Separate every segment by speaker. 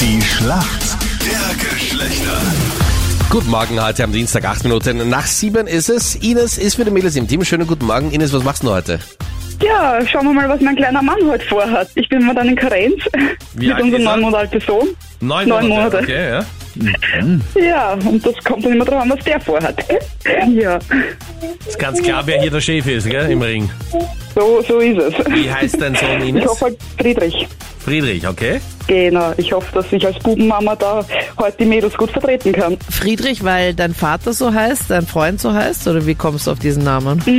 Speaker 1: Die Schlacht der Geschlechter.
Speaker 2: Guten Morgen heute am Dienstag, acht Minuten nach sieben ist es. Ines ist für die Mädels im Team. Schönen guten Morgen. Ines, was machst du denn heute?
Speaker 3: Ja, schauen wir mal, was mein kleiner Mann heute vorhat. Ich bin momentan in Karenz
Speaker 2: Wie alt ist
Speaker 3: mit unserem
Speaker 2: er?
Speaker 3: neun Monate alten Sohn. Neun Monate.
Speaker 2: Okay, ja.
Speaker 3: Ja, und das kommt dann immer drauf an, was der vorhat. Ja,
Speaker 2: Ist ganz klar, wer hier der Chef ist, gell, im Ring.
Speaker 3: so, so ist es.
Speaker 2: Wie heißt dein Sohn
Speaker 3: Ich
Speaker 2: Ines?
Speaker 3: hoffe halt Friedrich.
Speaker 2: Friedrich, okay.
Speaker 3: Genau, ich hoffe, dass ich als Bubenmama da heute die Mädels gut vertreten kann.
Speaker 4: Friedrich, weil dein Vater so heißt, dein Freund so heißt? Oder wie kommst du auf diesen Namen?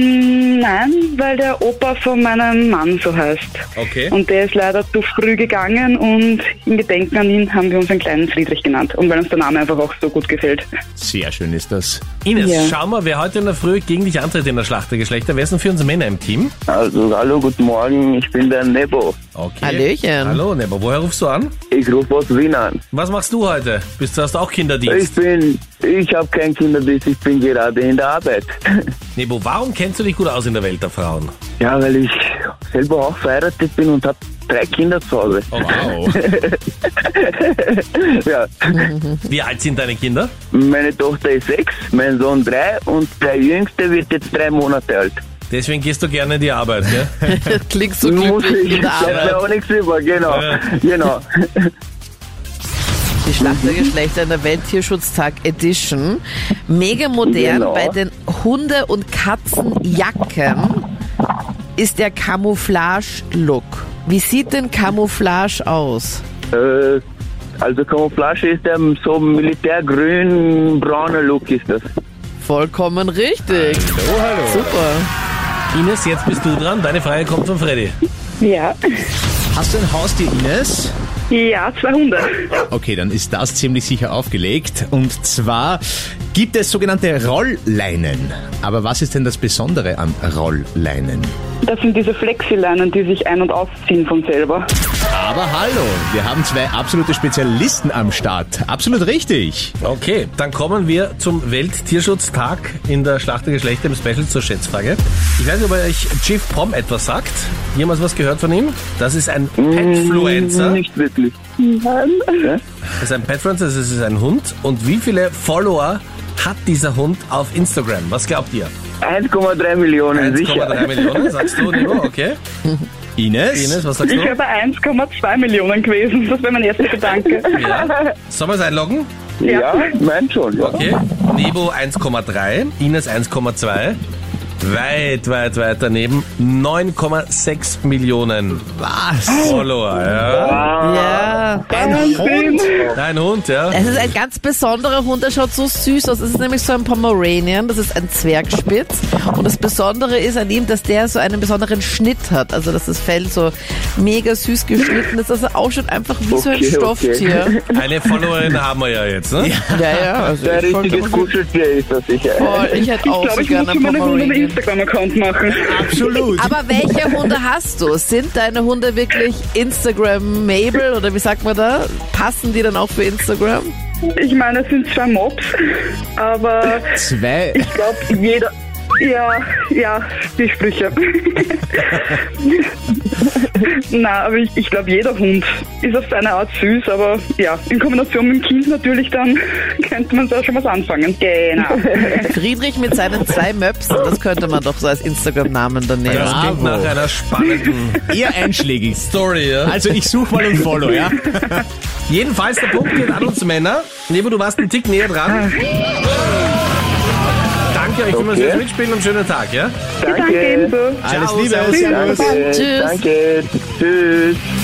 Speaker 3: Mm, Nein, weil der Opa von meinem Mann so heißt.
Speaker 2: Okay.
Speaker 3: Und der ist leider zu früh gegangen und in Gedenken an ihn haben wir uns einen kleinen Friedrich genannt. Und weil uns der Name einfach auch so gut gefällt.
Speaker 5: Sehr schön ist das.
Speaker 2: Ines,
Speaker 3: Ja.
Speaker 2: schau mal, wer heute in der Früh gegen dich antritt in der Schlacht der Geschlechter. Wer ist denn für uns Männer im Team?
Speaker 6: Also, hallo, guten Morgen, ich bin der Nebo.
Speaker 2: Okay.
Speaker 4: Hallöchen.
Speaker 2: Hallo, Nebo, woher rufst du an?
Speaker 6: Ich rufe aus Wien an.
Speaker 2: Was machst du heute? Bist du hast auch
Speaker 6: Ich
Speaker 2: Kinderdienst?
Speaker 6: bin, ich habe keinen Kinderdienst, ich bin gerade in der Arbeit.
Speaker 2: Nebo, warum kennst du dich gut aus in der Welt der Frauen?
Speaker 6: Ja, weil ich selber auch verheiratet bin und habe drei Kinder zu Hause.
Speaker 4: Oh.
Speaker 5: Wow.
Speaker 6: Ja,
Speaker 2: Wie alt sind deine Kinder?
Speaker 6: meine Tochter ist sechs, mein Sohn drei und der Jüngste wird jetzt drei Monate alt.
Speaker 2: Deswegen gehst du gerne in die Arbeit, gell?
Speaker 4: Klingst so
Speaker 6: Muss
Speaker 4: glücklich
Speaker 6: ich,
Speaker 4: in der
Speaker 6: bleibt
Speaker 4: Arbeit.
Speaker 6: ja auch nichts über, genau,
Speaker 2: Ja.
Speaker 6: genau.
Speaker 4: Die Schlacht der Geschlechter in der Welttierschutztag Edition. Mega modern
Speaker 6: Genau.
Speaker 4: bei den Hunde- und Katzenjacken ist der Camouflage-Look. Wie sieht denn Camouflage aus?
Speaker 6: Äh, also Camouflage ist der so militärgrün-brauner Look ist das.
Speaker 4: Vollkommen richtig.
Speaker 5: Hallo, hallo.
Speaker 4: Super.
Speaker 2: Ines, jetzt bist du dran. Deine Frage kommt von Freddy.
Speaker 3: Ja.
Speaker 5: Hast du ein Haustier, Ines?
Speaker 3: Ja, zwei Hunde.
Speaker 5: Okay, dann ist das ziemlich sicher aufgelegt. Und zwar gibt es sogenannte Rollleinen. Aber was ist denn das Besondere an Rollleinen?
Speaker 3: Das sind diese Flexileinen, die sich ein- und ausziehen von selber.
Speaker 5: Aber hallo, wir haben zwei absolute Spezialisten am Start. Absolut richtig.
Speaker 2: Okay, dann kommen wir zum Welttierschutztag in der Schlacht der Geschlechter im Special zur Schätzfrage. Ich weiß nicht, ob euch Chief Pom etwas sagt. Jemals was gehört von ihm? Das ist ein
Speaker 4: äh?
Speaker 2: Petfluencer.
Speaker 6: Nicht wirklich.
Speaker 2: Das ist ein Petfluencer, das ist ein Hund. Und wie viele Follower hat dieser Hund auf Instagram? Was glaubt ihr?
Speaker 6: 1,3 Millionen, sicher.
Speaker 2: 1,3 Millionen, sagst du, Nico? Okay.
Speaker 5: Ines?
Speaker 2: Ines, was sagst
Speaker 3: Ich
Speaker 2: du?
Speaker 3: wäre bei 1,2 Millionen gewesen. Das wäre mein erster Gedanke.
Speaker 2: Ja. Sollen wir es einloggen?
Speaker 6: Ja, mein schon, ja.
Speaker 2: Okay. Nebo 1,3, Ines 1,2. Weit, weit, weit daneben. 9,6 Millionen
Speaker 5: Was?
Speaker 2: Follower, ja.
Speaker 6: Ah.
Speaker 4: Ja.
Speaker 5: Ein Hund?
Speaker 2: Ein Hund, ja.
Speaker 4: Es ist ein ganz besonderer Hund, der schaut so süß aus. Es ist nämlich so ein Pomeranian, das ist ein Zwergspitz. Und das Besondere ist an ihm, dass der so einen besonderen Schnitt hat. Also, dass das Fell so mega süß geschnitten ist. Also auch schon einfach wie so ein
Speaker 6: Okay, okay.
Speaker 4: Stofftier.
Speaker 2: Eine Followerin haben wir ja jetzt, ne?
Speaker 4: Ja, ja. Also
Speaker 6: Ein
Speaker 4: ich wollte-
Speaker 6: richtiges Kuscheltier ist das sicher.
Speaker 4: Voll, ich hätte
Speaker 3: Ich
Speaker 4: auch
Speaker 3: glaube,
Speaker 4: so
Speaker 3: ich muss
Speaker 4: gerne
Speaker 3: für
Speaker 4: einen
Speaker 3: meine Hunde einen
Speaker 4: Pomeranian.
Speaker 3: Instagram-Account machen.
Speaker 5: Absolut.
Speaker 4: Aber welche Hunde hast du? Sind deine Hunde wirklich Instagram-Mable oder wie sagt man da? Passen die dann auch für Instagram?
Speaker 3: Ich meine, es sind zwei Mobs. Aber
Speaker 5: Zwei.
Speaker 3: ich glaube, jeder... Ja, ja, die Sprüche. Na, aber ich, ich glaube, jeder Hund ist auf seine Art süß, aber ja, in Kombination mit dem Kind natürlich, dann könnte man da schon was anfangen. Genau.
Speaker 4: Friedrich mit seinen zwei Möpsen, das könnte man doch so als Instagram-Namen dann nehmen.
Speaker 2: Das klingt
Speaker 5: Bravo.
Speaker 2: nach einer spannenden
Speaker 5: Eher einschlägig.
Speaker 2: Story, ja.
Speaker 5: Also ich suche mal und follow, ja?
Speaker 2: Jedenfalls, der Punkt geht an uns Männer. Nebo, du warst einen Tick näher dran.
Speaker 5: Ah.
Speaker 2: Danke euch, okay. fürs
Speaker 6: Okay.
Speaker 2: Mitspielen und schönen Tag, ja?
Speaker 3: Danke
Speaker 6: Danke.
Speaker 3: ebenso.
Speaker 5: Alles
Speaker 2: Ciao,
Speaker 5: Liebe.
Speaker 2: servus.
Speaker 5: Servus.
Speaker 6: Danke.
Speaker 4: Tschüss.
Speaker 6: Danke. Tschüss.